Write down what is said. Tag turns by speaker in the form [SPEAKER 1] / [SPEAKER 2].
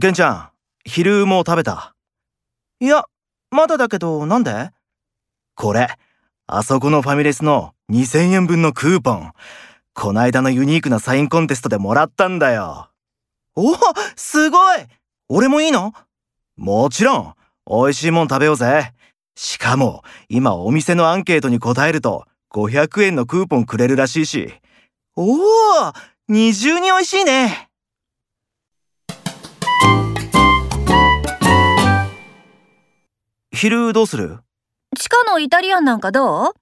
[SPEAKER 1] 玄ちゃん、昼もう食べた
[SPEAKER 2] いや、まだだけど、なんで
[SPEAKER 1] これ、あそこのファミレスの2000円分のクーポン。こないだのユニークなサインコンテストでもらったんだよ。
[SPEAKER 2] おお、すごい俺もいいの
[SPEAKER 1] もちろん、美味しいもん食べようぜ。しかも、今お店のアンケートに答えると、500円のクーポンくれるらしいし。
[SPEAKER 2] おお、二重に美味しいね。
[SPEAKER 1] 昼どうする
[SPEAKER 3] 地下のイタリアンなんかどう